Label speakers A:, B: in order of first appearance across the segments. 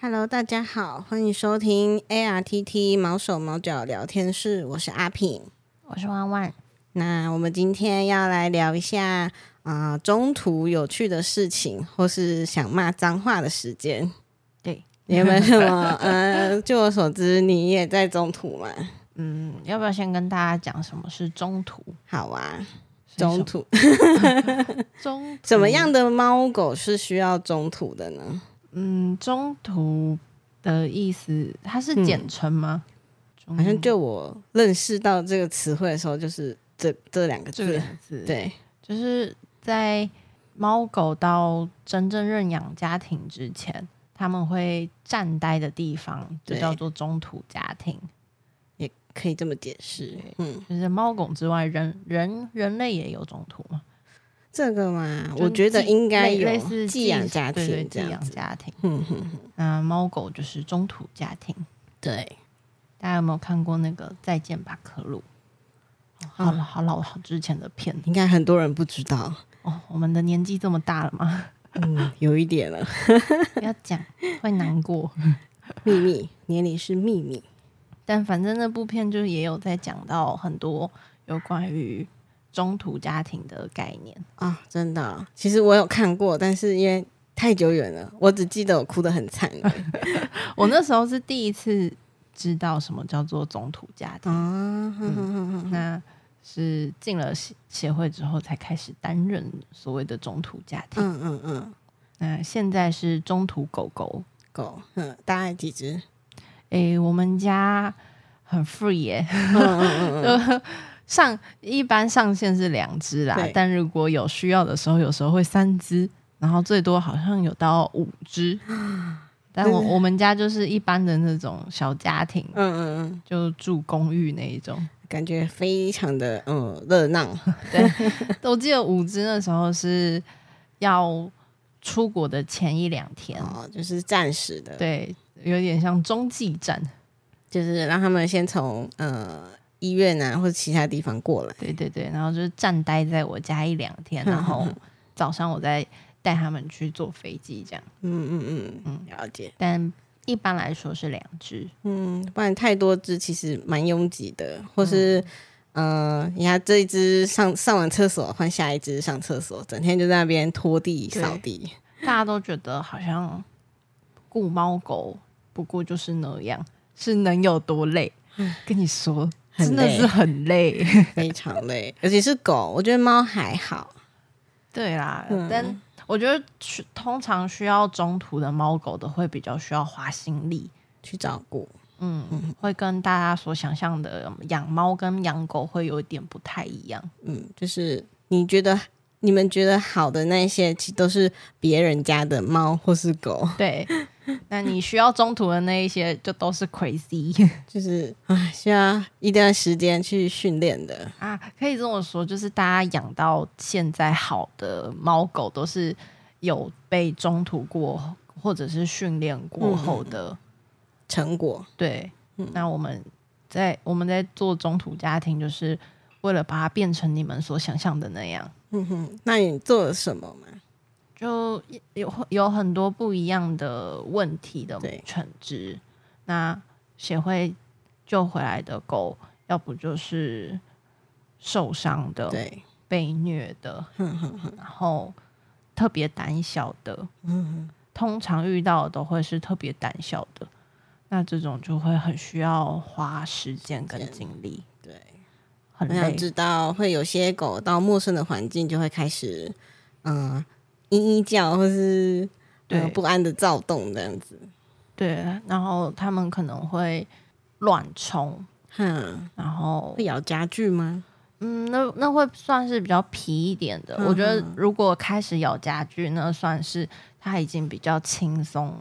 A: Hello，大家好，欢迎收听 ARTT 毛手毛脚聊天室，我是阿品。
B: 我是万万，
A: 那我们今天要来聊一下啊、呃中途有趣的事情，或是想骂脏话的时 间。
B: 对，
A: 你有没有什么？呃，据我所知，你也在中途嘛？
B: 嗯，要不要先跟大家讲什么是中途？
A: 好啊，
B: 是什
A: 中
B: 么
A: 途
B: 中
A: 怎么样的猫狗是需要中途的呢？
B: 嗯，中途的意思，它是
A: 嗯
B: 简称吗？中
A: 好像就我认识到这个词汇的时候，就是这这两个
B: 这
A: 字
B: 两。个字，，
A: 对，
B: 就是在猫狗到真正认养家庭之前，他们会暂待的地方就
A: 对
B: 叫做中途家庭，
A: 也可以这么解释。嗯，
B: 就是猫狗之外，人人人类也有中途嘛？
A: 这个嘛，
B: 就
A: 我觉得
B: 寄
A: 应该
B: 类
A: 有
B: 类似
A: 寄养家
B: 对对
A: 庭这样
B: 寄养
A: 子。
B: 家庭，
A: 嗯哼哼，
B: 那猫狗就是中途家庭。
A: 对，
B: 大家有没有看过那个《再见吧，可鲁》哦？好
A: 嗯
B: 了，好老好之前的片
A: 应该很多人不知道。
B: 哦，我们的年纪这么大了吗？
A: 嗯，有一点了，
B: 不要讲，会难过。
A: 秘密，年龄是秘密。
B: 但反正那部片就是也有在讲到很多有关于中途家庭的概念。
A: 啊、真的啊、其实我有看过，但是因为太久远了，我只记得我哭得很惨而已
B: 我那时候是第一次知道什么叫做中途家庭，嗯
A: 啊。哼哼哼哼
B: 那是进了协协会之后才开始担任所谓的中途家庭。
A: 嗯嗯嗯，
B: 那现在是中途狗狗
A: 狗，嗯，大概几只？
B: 诶、我们家很 free 耶、
A: 嗯嗯嗯嗯，
B: 上一般上限是两只啦
A: 对，
B: 但如果有需要的时候，有时候会三只，然后最多好像有到五只。 但我
A: 真的
B: 我们家就是一般的那种小家庭，
A: 嗯嗯嗯，
B: 就住公寓那一种。
A: 感觉非常的嗯热 闹。
B: 我记得五只那时候是要出国的前一两天，
A: 哦，就是暂时的，
B: 对，有点像中继站。
A: 就是让他们先从呃医院啊或者其他地方过来。
B: 对对对，然后就是暂待在我家一两天，然后早上我再带他们去坐飞机这样。
A: 嗯嗯嗯，了解。
B: 但一般来说是两只，
A: 嗯，不然太多只其实蛮拥挤的，或是、呃，你看这一只上上完厕所换下一只上厕所，整天就在那边拖地
B: 对
A: 扫地。
B: 大家都觉得好像顾猫狗不过就是那样，是能有多累？跟你说，
A: 嗯很
B: 真的
A: 累
B: 是很累。
A: 非常 累，尤其是狗，我觉得猫还好。
B: 对啦，
A: 嗯
B: 但我觉得去通常需要中途的猫狗的会比较需要花心力。
A: 去照顾，
B: 嗯，会跟大家所想象的养猫跟养狗会有一点不太一样。
A: 嗯，就是你觉得你们觉得好的那些，其实都是别人家的猫或是狗，
B: 对，那你需要中途的那一些就都是 crazy
A: 就是唉，需要一段时间去训练的。
B: 啊，可以这么说，就是大家养到现在好的猫狗都是有被中途过或者是训练过后的，
A: 成果，
B: 对。
A: 嗯
B: 那我们在我们在做中途家庭，就是为了把它变成你们所想象的那样。
A: 嗯哼，那你做了什么吗？
B: 就有有很多不一样的问题的
A: 对
B: 犬只，那协会救回来的狗，要不就是受伤的、
A: 对，
B: 被虐的，
A: 哼哼哼，嗯
B: 然后特别胆小的，通常遇到的都会是特别胆小的，那这种就会很需要花时间跟精力，
A: 对。
B: 很
A: 我想
B: 累。
A: 知道，会有些狗到陌生的环境就会开始，嗯、呃，嘤嘤叫，或是
B: 对
A: 呃、不安的躁动这样子。
B: 对，然后他们可能会乱冲，
A: 哼，
B: 然后
A: 会咬家具吗？
B: 嗯，那那会算是比较皮一点的。
A: 嗯
B: 我觉得如果开始咬家具，那算是它已经比较轻松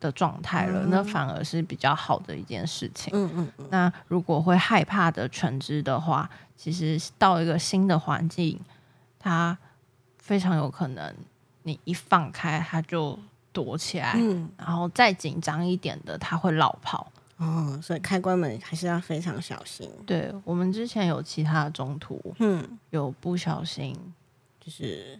B: 的状态了，那反而是比较好的一件事情。
A: 嗯嗯嗯，
B: 那如果会害怕的犬只的话，其实到一个新的环境，它非常有可能你一放开它就躲起来，然后再紧张一点的它会落跑。
A: 哦，所以开关门还是要非常小心，
B: 对我们之前有其他的中途
A: 嗯，
B: 有不小心
A: 就是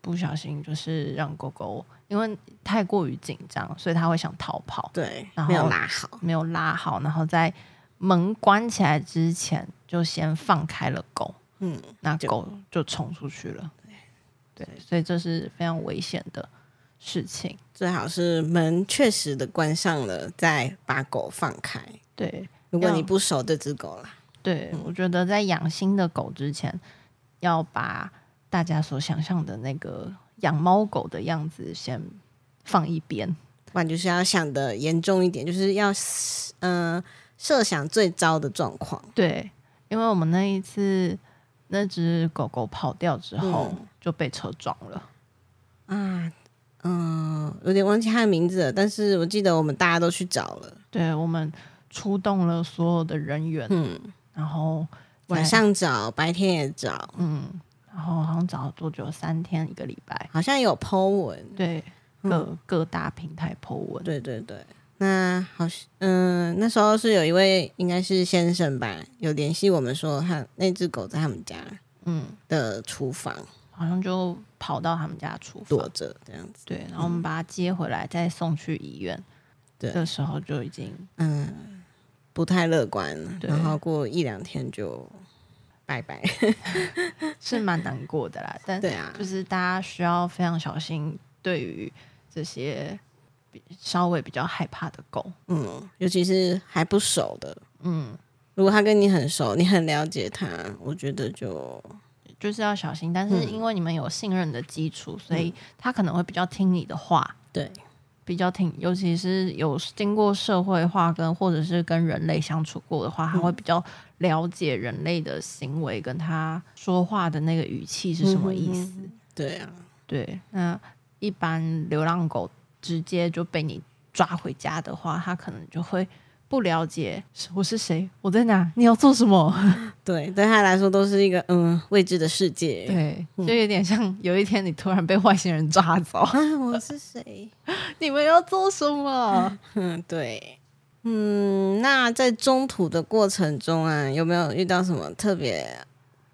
B: 不小心就是让狗狗因为太过于紧张，所以它会想逃跑，
A: 对
B: 然，后
A: 没有拉好，
B: 没有拉好，然后在门关起来之前就先放开了狗，
A: 嗯，
B: 那
A: 就
B: 狗就冲出去了。对，所以这是非常危险的事情。
A: 最好是门确实的关上了，再把狗放开。
B: 对
A: 如果
B: 要
A: 你不熟这只狗啦，
B: 对，
A: 嗯
B: 我觉得在养新的狗之前，要把大家所想象的那个养猫狗的样子先放一边。
A: 不然就是要想的严重一点，就是要嗯、呃设想最糟的状况。
B: 对，因为我们那一次那只狗狗跑掉之
A: 嗯
B: 后、就被车撞了。
A: 啊，嗯、有点忘记他的名字了，但是我记得我们大家都去找了。
B: 对我们出动了所有的人员，
A: 嗯，
B: 然后
A: 晚上找，白天也找，
B: 嗯，然后好像找了多久？三天一个礼拜。
A: 好像有 Po 文。
B: 对，各、各大平台 Po 文。
A: 嗯对对对，那好像，嗯、那时候是有一位应该是先生吧，有联系我们说他那只狗在他们家
B: 嗯，
A: 的厨房
B: 好像就跑到他们家厨
A: 躲
B: 房。
A: 着这样子。
B: 对，然后我们把它接回来，再送去医院。
A: 嗯对
B: 这时候就 已经
A: 嗯，不太乐观，
B: 对
A: 然后过一两天就拜 拜。
B: 是蛮难过的啦。但
A: 对啊，
B: 就是大家需要非常小心，对于这些比稍微比较害怕的狗，
A: 嗯，尤其是还不熟的，
B: 嗯，
A: 如果他跟你很熟，你很了解他，我觉得就
B: 就是要小心。但是
A: 嗯
B: 因为你们有信任的基础，所以它可能会比较听你的话，
A: 对
B: 比较听，尤其是有经过社会化跟或者是跟人类相处过的话，它会比较了解人类的行为，跟他说话的那个语气是什么意思。
A: 对啊，
B: 对，那一般流浪狗直接就被你抓回家的话，它可能就会不了解我是谁，我在哪，你要做什么。
A: 对，对他来说都是一个嗯未知的世界。
B: 对，嗯就有点像有一天你突然被外星人抓 走，
A: 啊，我是谁？
B: 你们要做什么？
A: 嗯，对，嗯，那在中途的过程中啊，有没有遇到什么特别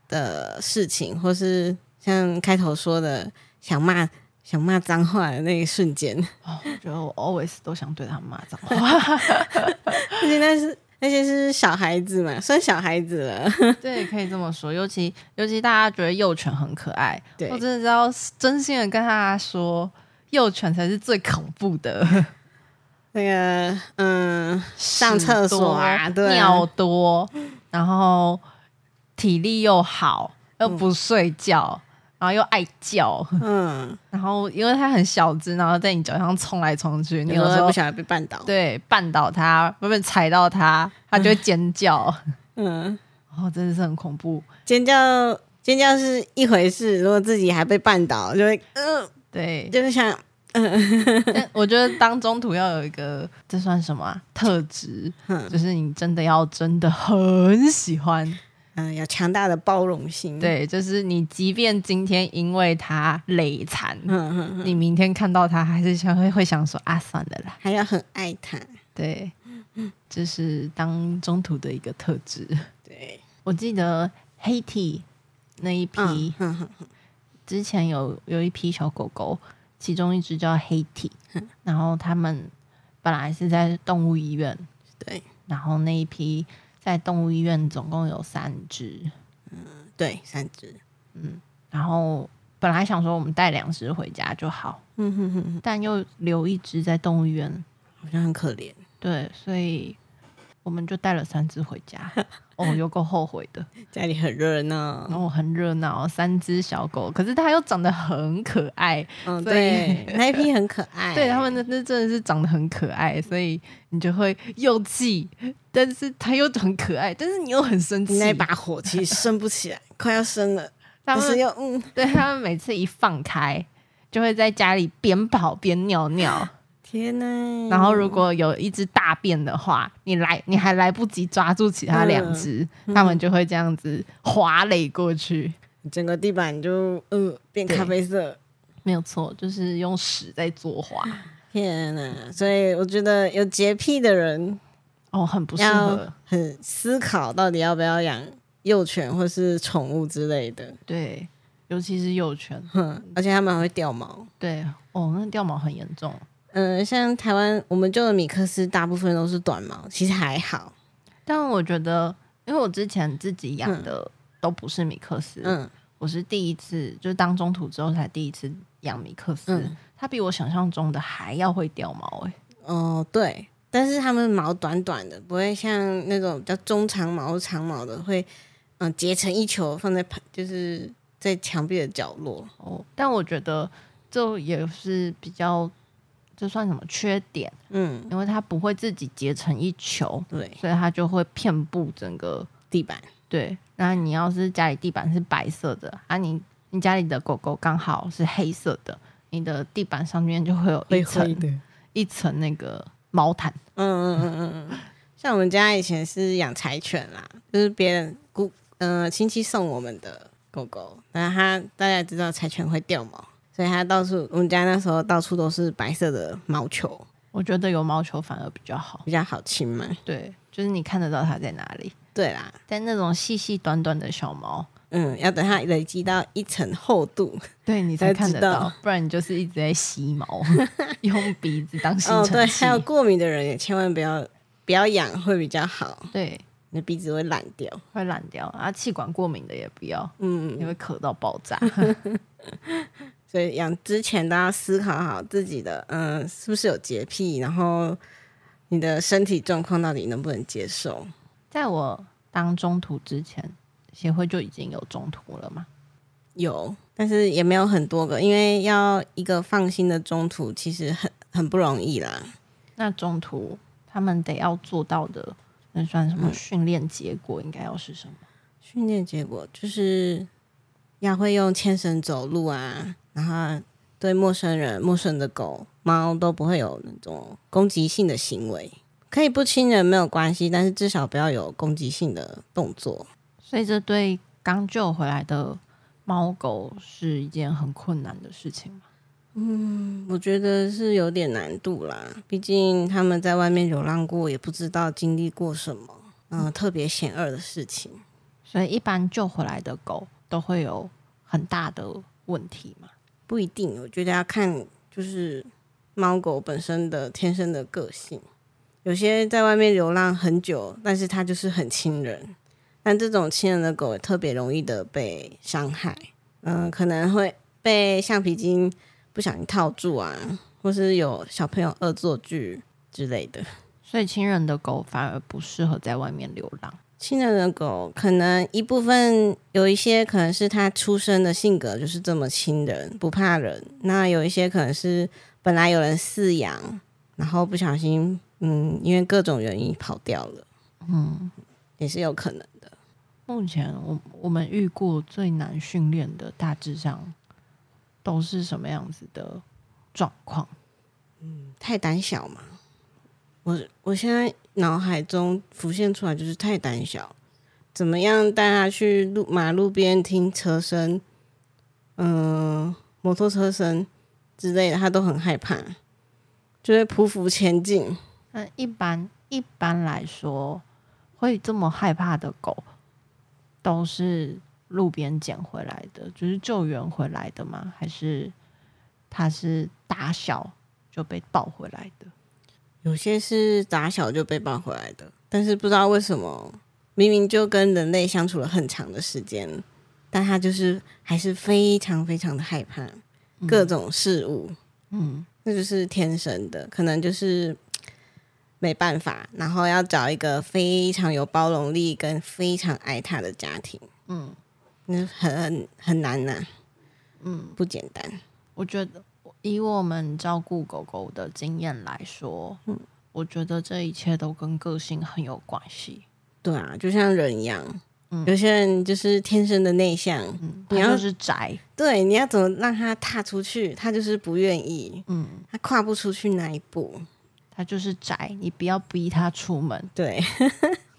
A: 的事情，或是像开头说的想骂想骂脏话的那一瞬间？
B: 哦，我觉得我 always 都想对他们骂脏话。
A: 而且那是那些是小孩子嘛，算小孩子了，
B: 对，可以这么说。尤其尤其大家觉得幼犬很可爱，
A: 对
B: 我真的要真心的跟大家说，幼犬才是最恐怖 的。
A: 那个嗯，上厕所啊，
B: 屎多
A: 对啊，
B: 尿多，然后体力又好，又不睡觉，然后又爱叫，
A: 嗯，
B: 然后因为它很小只，然后在你脚上冲来冲去，你
A: 有
B: 有
A: 时
B: 时
A: 候
B: 候
A: 不小心被绊倒，
B: 对绊倒它，不被踩到它，它就会 尖叫，
A: 嗯，
B: 然后真的是很恐怖。
A: 尖叫尖叫是一回事，如果自己还被绊倒，就会嗯，
B: 对，
A: 就会想
B: 但我觉得当中途要有一个，这算什么啊、特质？
A: 嗯
B: 就是你真的要真的很喜欢，
A: 嗯，有强大的包容心，，
B: 对，就是你即便今天因为它累残，
A: 嗯嗯，
B: 你明天看到他还是想会会想说啊，算了啦。
A: 还要很爱他，
B: 对，
A: 嗯
B: 这是当中途的一个特质。
A: 对，
B: 我记得黑 T 那一批、
A: 嗯嗯嗯
B: 之前有有一批小狗狗，其中一只叫黑 T，、然
A: 嗯
B: 后他们本来是在动物医院，
A: 对
B: 然后那一批在动物医院总共有三只，
A: 对，三只，
B: 然后本来想说我们带两只回家就好，
A: 嗯哼哼哼，
B: 但又留一只在动物医院，
A: 好像很可怜，
B: 对，所以我们就带了三只回家。哦，有够后悔的。
A: 家里很热
B: 然
A: 闹，
B: 后很热闹，三只小狗，可是它又长得很可爱。
A: 嗯，
B: 所以
A: 对，那一批很可爱，
B: 对，它们那那真的是长得很可爱，所以你就会又气，但是它又很可爱，但是你又很生气。
A: 那一把火其实升不起来，快要升了，
B: 它
A: 但是
B: 们
A: 又嗯，
B: 对它们每次一放开，就会在家里边跑边尿尿。
A: 天哪！
B: 然后如果有一只大便的话，你来你还来不及抓住其他两只，它们就会这样子滑垒过去。
A: 整个地板就呃变
B: 对
A: 咖啡色，
B: 没有错，就是用屎在作画。
A: 天哪！所以我觉得有洁癖的人
B: 哦，很不适
A: 要
B: 合，
A: 很思考到底要不要养幼犬或是宠物之类的，
B: 对，尤其是幼犬，
A: 哼，而且它们还会掉毛。
B: 对，哦，那掉毛很严重，
A: 嗯、像台湾我们救的米克斯大部分都是短毛，其实还好。
B: 但我觉得，因为我之前自己养的都不是米克斯，
A: 嗯
B: 我是第一次，就是当中途之后才第一次养米克斯，
A: 嗯，
B: 它比我想象中的还要会掉毛、欸，
A: 哦对，但是它们毛短短的，不会像那种比较中长毛、或长毛的会嗯、结成一球放在旁，就是在墙壁的角落。
B: 哦，但我觉得这也是比较，这算什么缺点？
A: 嗯，
B: 因为它不会自己结成一球，
A: 对，
B: 所以它就会遍布整个。
A: 地板。
B: 对，那你要是家里地板是白色的啊你，你家里的狗狗刚好是黑色的，你的地板上面就会有一层
A: 的。
B: 一层那个毛毯。
A: 嗯嗯嗯嗯嗯，像我们家以前是养柴犬啦，就是别人姑呃亲戚送我们的狗狗，然后它大家也知道柴犬会掉毛，所以它到处我们家那时候到处都是白色的毛球，
B: 我觉得有毛球反而比较好。
A: 比较好清嘛。
B: 对，就是你看得到它在哪里，
A: 对啦，
B: 但那种细细短短的小毛，
A: 嗯，要等它累积到一层厚度，
B: 对你才
A: 才
B: 看
A: 知
B: 得
A: 道
B: 到，不然你就是一直在吸 毛，用鼻子当吸
A: 哦，对，
B: 尘器。
A: 还有过敏的人也千万不要不要养会比较好，
B: 对，
A: 你的鼻子会烂掉。
B: 会烂掉啊！气管过敏的也不要，
A: 嗯，
B: 你会咳到爆炸。
A: 所以养之前都要思考好自己的，嗯，是不是有洁癖，然后你的身体状况到底能不能接受？
B: 在我当中途之前，协会就已经有中途了嘛？
A: 有，但是也没有很多个，因为要一个放心的中途，其实很很不容易啦。
B: 那中途他们得要做到的，那算什么训练结果应该要是什么？
A: 训练结果就是要会用牵绳走路啊，然后对陌生人、陌生的狗、猫都不会有那种攻击性的行为，可以不亲人没有关系，但是至少不要有攻击性的动作。
B: 所以这对刚救回来的猫狗是一件很困难的事情嘛？
A: 我觉得是有点难度啦，毕竟他们在外面流浪过，也不知道经历过什么，嗯、特别险恶的事情。
B: 所以一般救回来的狗都会有很大的问题嘛？
A: 不一定，我觉得要看就是猫狗本身的天生的个性。有些在外面流浪很久，但是它就是很亲人，但这种亲人的狗也特别容易的被伤害，嗯、可能会被橡皮筋不小心套住啊，或是有小朋友恶作剧之类的。
B: 所以亲人的狗反而不适合在外面流浪。
A: 亲人的狗，可能一部分有一些可能是它出生的性格就是这么亲人，不怕人；那有一些可能是本来有人饲养，然后不小心，嗯，因为各种原因跑掉了，嗯，也是有可能的。
B: 目前我我们遇过最难训练的，大致上都是什么样子的状况？
A: 太胆小嘛，我我现在脑海中浮现出来就是太胆小，怎么样带它去路马路边听车声，嗯、摩托车声之类的，它都很害怕，就会匍匐前进。
B: 那一般一般来说，会这么害怕的狗，都是路边捡回来的，就是救援回来的吗？还是它是打小就被抱回来的？
A: 有些是打小就被抱回来的，但是不知道为什么，明明就跟人类相处了很长的时间，但它就是还是非常非常的害怕各种事物。
B: 嗯，
A: 那就是天生的，可能就是嘖没办法，然后要找一个非常有包容力跟非常爱他的家庭，
B: 嗯，
A: 那很很很难呐、嗯，不简单，
B: 我觉得以我们照顾狗狗的经验来说，嗯，我觉得这一切都跟个性很有关系。
A: 对啊，就像人一样，有些人就是天生的内向，
B: 嗯，
A: 你
B: 它
A: 要
B: 就是宅，
A: 对，你要怎么让他踏出去，他就是不愿意，
B: 嗯，
A: 他跨不出去那一步，
B: 它就是宅，你不要逼它出门。
A: 对，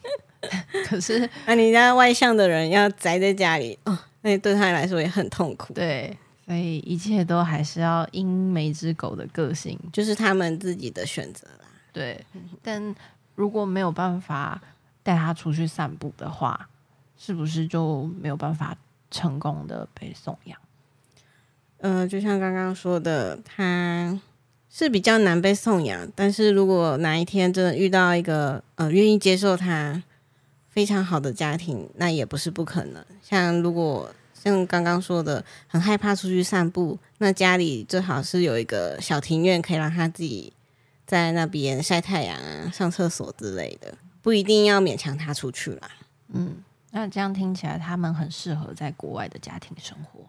B: 可 是，嗯
A: 那、你家外向的人要宅在家里，哦，那对他来说也很痛苦，
B: 对，所以一切都还是要因每只狗的个性。
A: 就是他们自己的选择啦，
B: 对，但如果没有办法带他出去散步的话，是不是就没有办法成功的被送养？
A: 呃，就像刚刚说的，他是比较难被送养，但是如果哪一天真的遇到一个呃愿意接受他非常好的家庭，那也不是不可能。像如果像刚刚说的，很害怕出去散步，那家里最好是有一个小庭院，可以让他自己在那边晒太阳啊、上厕所之类的，不一定要勉强他出去啦。
B: 嗯，那这样听起来他们很适合在国外的家庭生活。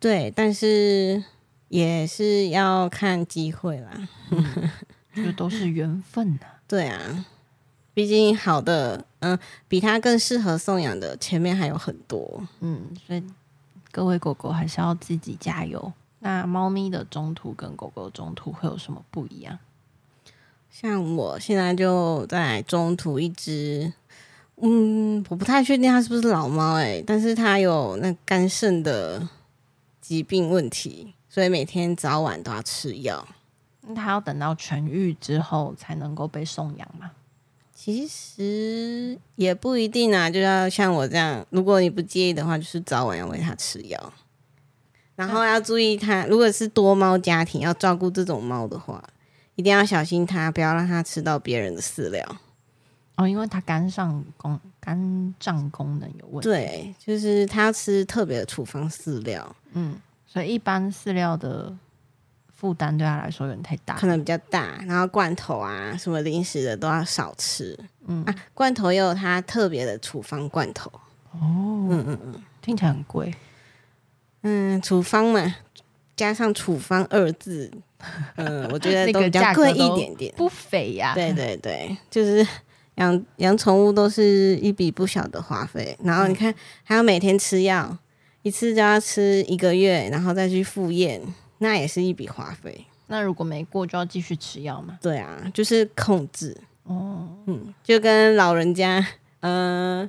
A: 对，但是也是要看机会啦。
B: 就都是缘分呐、
A: 对啊，毕竟好的，嗯、比他更适合送养的前面还有很多。
B: 嗯，所以各位狗狗还是要自己加油。那猫咪的中途跟狗狗的中途会有什么不一样？
A: 像我现在就在中途一只，嗯，我不太确定它是不是老猫哎、但是它有那肝肾的疾病问题，所以每天早晚都要吃药。
B: 它要等到痊愈之后才能够被送养嘛？
A: 其实也不一定啊，就要像我这样，如果你不介意的话，就是早晚要喂它吃药，然后要注意它，如果是多猫家庭要照顾这种猫的话，一定要小心它，不要让它吃到别人的饲料。
B: 哦，因为它肝上功肝脏功能有问题，
A: 对，就是它要吃特别的处方饲料，
B: 所以一般饲料的负担对它来说有点太大
A: 可。能比较大，然后罐头啊什么零食的都要少吃。嗯啊，罐头也有它特别的处方罐头，
B: 听起来很贵，
A: 嗯，处方嘛，加上处方二字，嗯，我觉得
B: 那
A: 都
B: 个
A: 比较
B: 价格
A: 贵一
B: 都
A: 点点。
B: 不菲呀、
A: 对对对，就是养养宠物都是一笔不小的花费，然
B: 嗯
A: 后你看还要每天吃药，一次就要吃一个月，然后再去复验，那也是一笔花费。
B: 那如果没过就要继续吃药嘛？
A: 对啊，就是控制，嗯
B: 哦，
A: 就跟老人家，嗯、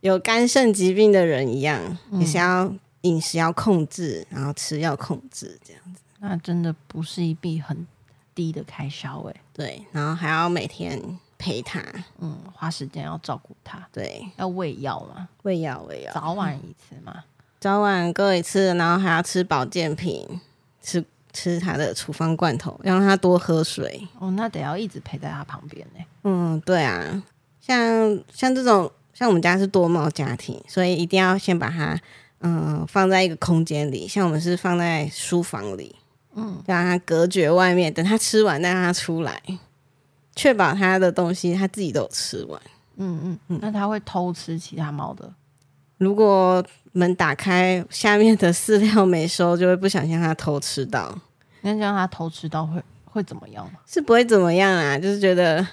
A: 有肝肾疾病的人一样，
B: 嗯
A: 也是要饮食要控制，然后吃药控制这样。
B: 那真的不是一笔很低的开销哎、
A: 对，然后还要每天陪它，
B: 嗯，花时间要照顾它，
A: 对，
B: 要喂药嘛，
A: 喂药喂药。
B: 早晚一次嘛。
A: 早晚各一次，然后还要吃保健品，吃吃它的处方罐头，要让它多喝水。
B: 哦，那得要一直陪在它旁边欸呢、
A: 嗯，对啊，像像这种，像我们家是多猫家庭，所以一定要先把它嗯放在一个空间里，像我们是放在书房里，嗯，让它隔绝外面，等它吃完再让它出来，确保它的东西它自己都有吃完。
B: 嗯嗯，那它会偷吃其他猫的。
A: 如果门打开，下面的饲料没收，就会不小心让它偷吃到。
B: 那这样它偷吃到会会怎么样吗？
A: 是不会怎么样啦，就是觉得，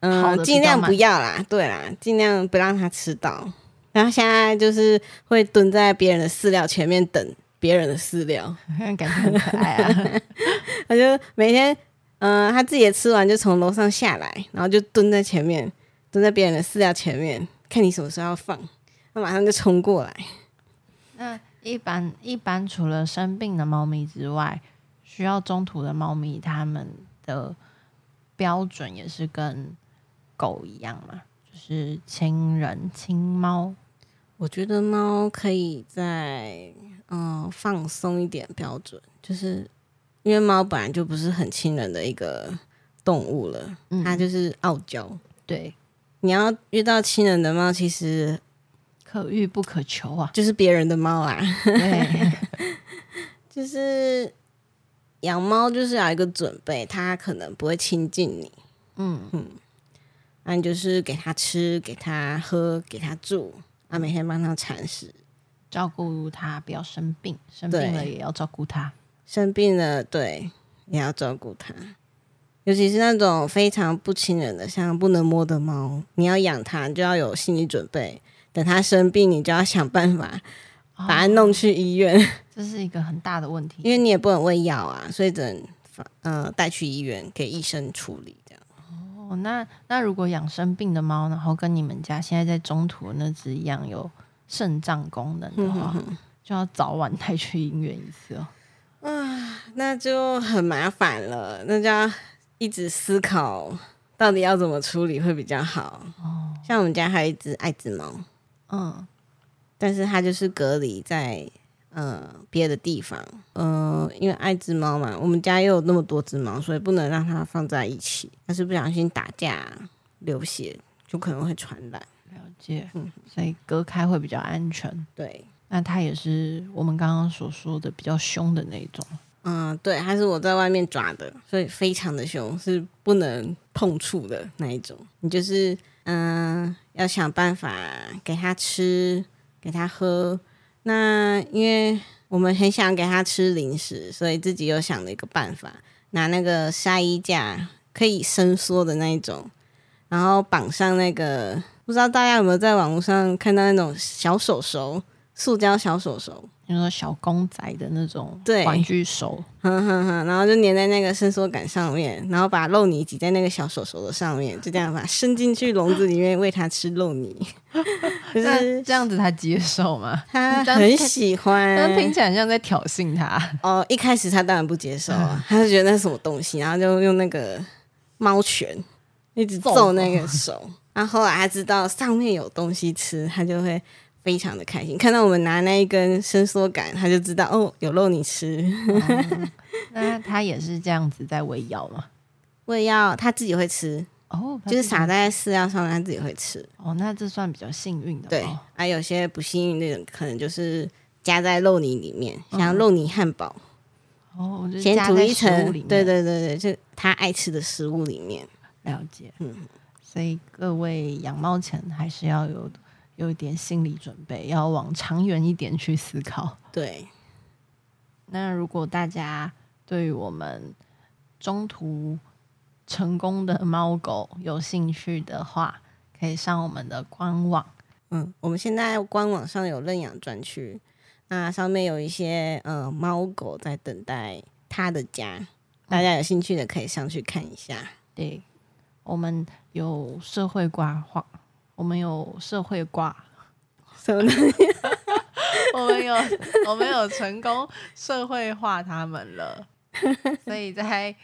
A: 嗯、
B: 好的比较
A: 尽量不
B: 慢
A: 要啦，对啦，尽量不让他吃到。然后现在就是会蹲在别人的饲料前面等别人的饲料，
B: 感觉很可爱啊。
A: 他就每天，嗯、他自己也吃完就从楼上下来，然后就蹲在前面，蹲在别人的饲料前面，看你什么时候要放，他马上就冲过来。
B: 那一般一般除了生病的猫咪之外，需要中途的猫咪，它们的标准也是跟狗一样嘛，就是亲人亲猫。
A: 我觉得猫可以在嗯、呃放松一点标准，就是因为猫本来就不是很亲人的一个动物了，
B: 嗯
A: 它就是傲娇。
B: 对，
A: 你要遇到亲人的猫，其实
B: 可遇不可求啊。
A: 就是别人的猫啊，
B: 对，
A: 就是养猫就是要有一个准备，它可能不会亲近你，
B: 嗯，
A: 那你就是给它吃、给它喝、给它住，啊，每天帮它铲屎，
B: 照顾它不要生病，生病了
A: 对
B: 也要照顾它。
A: 生病了，对，也要照顾它。尤其是那种非常不亲人的，像不能摸的猫，你要养它，你就要有心理准备。等它生病，你就要想办法把它弄去医院，
B: 这是一个很大的问题，
A: 因为你也不能喂药啊，所以只能放呃带去医院给医生处理这样。
B: 哦，那那如果养生病的猫，然后跟你们家现在在中途的那只一样有肾脏功能的
A: 嗯
B: 话，就要早晚带去医院一次哦。
A: 那就很麻烦了，那就要一直思考到底要怎么处理会比较好？
B: 哦，
A: 像我们家还有一只爱滋猫，
B: 嗯，
A: 但是它就是隔离在呃别的地方，呃，因为爱只猫嘛，我们家又有那么多只猫，所以不能让它放在一起。要是不小心打架流血，就可能会传染。
B: 了解，
A: 嗯
B: 所以隔开会比较安全。
A: 对，
B: 那它也是我们刚刚所说的比较凶的那一种，
A: 嗯、对，它是我在外面抓的，所以非常的凶，是不能碰触的那一种。你就是嗯、要想办法给它吃，给它喝。那因为我们很想给它吃零食，所以自己又想了一个办法，拿那个晒衣架可以伸缩的那一种，然后绑上那个，不知道大家有没有在网络上看到那种小手手，塑胶小手手。
B: 你说小公仔的那种
A: 对
B: 玩具手，
A: 哼哼哼， 然后就粘在那个伸缩杆上面，然后把肉泥挤在那个小手手的上面，就这样把它伸进去笼子里面喂它吃肉泥。 可
B: 那
A: 是
B: 这样子它接受 吗？
A: 它
B: 这样
A: 很
B: 听
A: 喜
B: 但听
A: 欢
B: 起来很像在挑衅 它。
A: 哦，一开始它当然不接受
B: 嗯
A: 啊，它就觉得那是什么东西，然后就用那个猫拳一直
B: 揍
A: 揍那个 手。然后后来它知道上面有东西吃，它就会非常的开心。看到我们拿那一根伸缩杆，它就知道哦，有肉你吃。
B: 哦那它也是这样子在喂药吗？
A: 喂药它自己会吃，
B: 哦，它
A: 就是
B: 自己
A: 撒在饲料上面，它自己会吃。
B: 哦，那这算比较幸运的。
A: 对，啊，有些不幸运的人可能就是加在肉泥里面，像肉泥汉堡，
B: 哦，嗯我就
A: 先
B: 加
A: 涂
B: 在
A: 一
B: 食
A: 层
B: 物里，面
A: 对对对对，就他爱吃的食物里面。
B: 了解，
A: 嗯
B: 所以各位养猫前还是要有有一点心理准备，要往长远一点去思考。
A: 对，
B: 那如果大家对于我们中途成功的猫狗有兴趣的话，可以上我们的官网。
A: 嗯，我们现在官网上有认养专区，那上面有一些呃猫狗在等待它的家，大家有兴趣的可以上去看一下。
B: 对，我们有社会挂画，我们有社会挂，
A: 什么东西？
B: 我们有我们有成功社会化他们了，所以在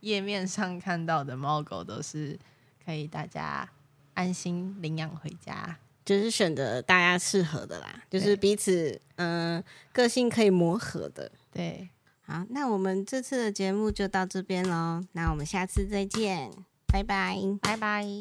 B: 页面上看到的猫狗都是可以大家安心领养回家。
A: 就是选择大家适合的啦，就是
B: 对
A: 彼此嗯、呃个性可以磨合的。
B: 对，
A: 好，那我们这次的节目就到这边喽，那我们下次再见，拜拜。
B: 拜拜。